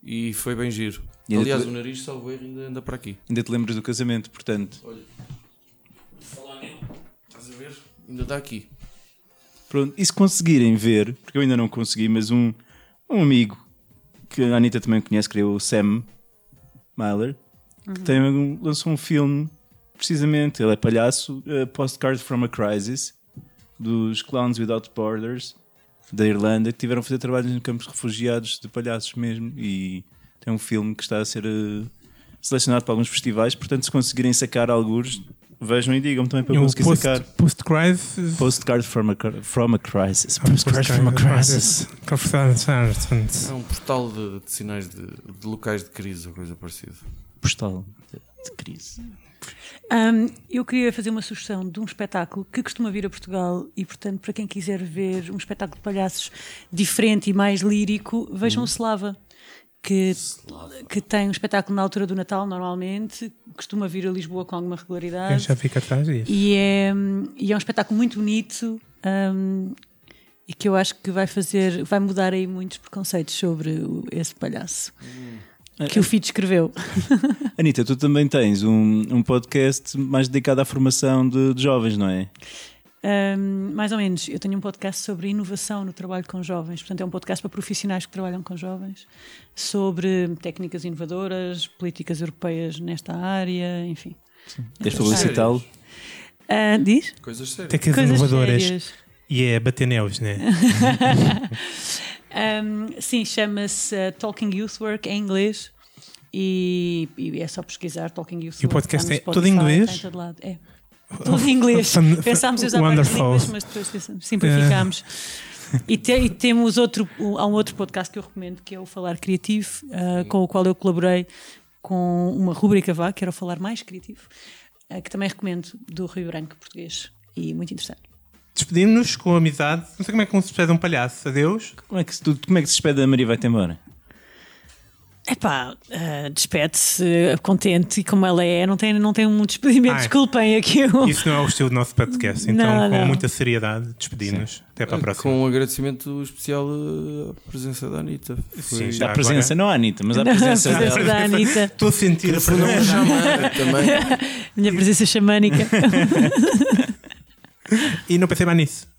S3: e foi bem giro.
S4: E ainda
S3: Aliás,
S4: te-
S3: o nariz, salvo erro, ainda anda para aqui.
S4: Ainda te lembras do casamento, portanto.
S3: Estás a ver? Ainda está aqui.
S4: Pronto, e se conseguirem ver, porque eu ainda não consegui, mas um, um amigo que a Anitta também conhece, que é o Sam Myler, que tem um- lançou um filme, precisamente, ele é palhaço, eh, Postcard from a Crisis, dos Clowns Without Borders, da Irlanda, que tiveram a fazer trabalhos em campos de refugiados de palhaços mesmo, e tem um filme que está a ser eh, selecionado para alguns festivais, portanto, se conseguirem sacar alguns, vejam e digam-me também para eu
S2: o
S4: conseguir
S2: um post,
S4: sacar.
S2: post crisis.
S4: Postcard from a, cri- from a crisis. Postcard from a crisis.
S3: É um portal de, de sinais de, de locais de crise ou coisa parecida.
S4: Postal de, de crise.
S5: Ahm, eu queria fazer uma sugestão de um espetáculo que costuma vir a Portugal e, portanto, para quem quiser ver um espetáculo de palhaços diferente e mais lírico,
S4: Hum.
S5: vejam o Slava. Que, que tem um espetáculo na altura do Natal, normalmente, costuma vir a Lisboa com alguma
S2: Eu
S5: regularidade.
S2: já fico atrás disso.
S5: E é, e é um espetáculo muito bonito hum, e que eu acho que vai fazer, vai mudar aí muitos preconceitos sobre o- esse palhaço
S4: É,
S5: que o Fito escreveu.
S4: Anitta, tu também tens um, um podcast mais dedicado à formação de, de jovens, não é?
S5: Hum, mais ou menos, eu tenho um podcast sobre inovação no trabalho com jovens, portanto, é um podcast para profissionais que trabalham com jovens, sobre técnicas inovadoras, políticas europeias nesta área, enfim.
S4: Queres publicitá-lo?
S5: Ah, diz?
S3: Coisas sérias.
S2: Técnicas
S5: Coisas
S2: inovadoras.
S5: sérias.
S2: E é bater neus, né?
S5: Um, sim, chama-se uh, Talking Youth Work em inglês e, e é só pesquisar Talking Youth
S2: E o
S5: Work.
S2: podcast
S5: está no
S2: é todo em
S5: Spotify,
S2: inglês?
S5: está em todo lado. É. Tudo em inglês.
S2: Fan- fan-
S5: Pensámos em usar vários
S2: wonderful. É.
S5: línguas, mas depois pensamos- simplificámos. E, te- e temos outro, um- há um outro podcast que eu recomendo que é o Falar Criativo, uh, com o qual eu colaborei com uma rubrica vá, que era o Falar Mais Criativo, uh, que também recomendo, do Rio Branco português. E muito interessante.
S2: Despedimos-nos com amizade. Não sei como é que um se despede de um palhaço. Adeus.
S4: Como é que, se- tu, como é que se despede da Maria e vai-te embora?
S5: Epá, uh, despede-se uh, contente e como ela é, não tem, não tem um despedimento,
S2: Ai.
S5: desculpem aqui. o-
S2: Isso não é o estilo do nosso podcast. Então,
S5: Não,
S2: com
S5: não.
S2: muita seriedade, despedimos-nos. Até para a próxima.
S3: Com um agradecimento especial eh, à presença da Anitta. Foi
S2: Sim, já
S4: Da presença, não à Anitta, mas à
S2: é
S4: presença
S5: a presença
S4: dela.
S5: da Anitta,
S2: Estou a sentir a
S3: Não
S2: presença.
S3: chamada também.
S5: minha presença xamânica.
S2: E não pensei mais nisso.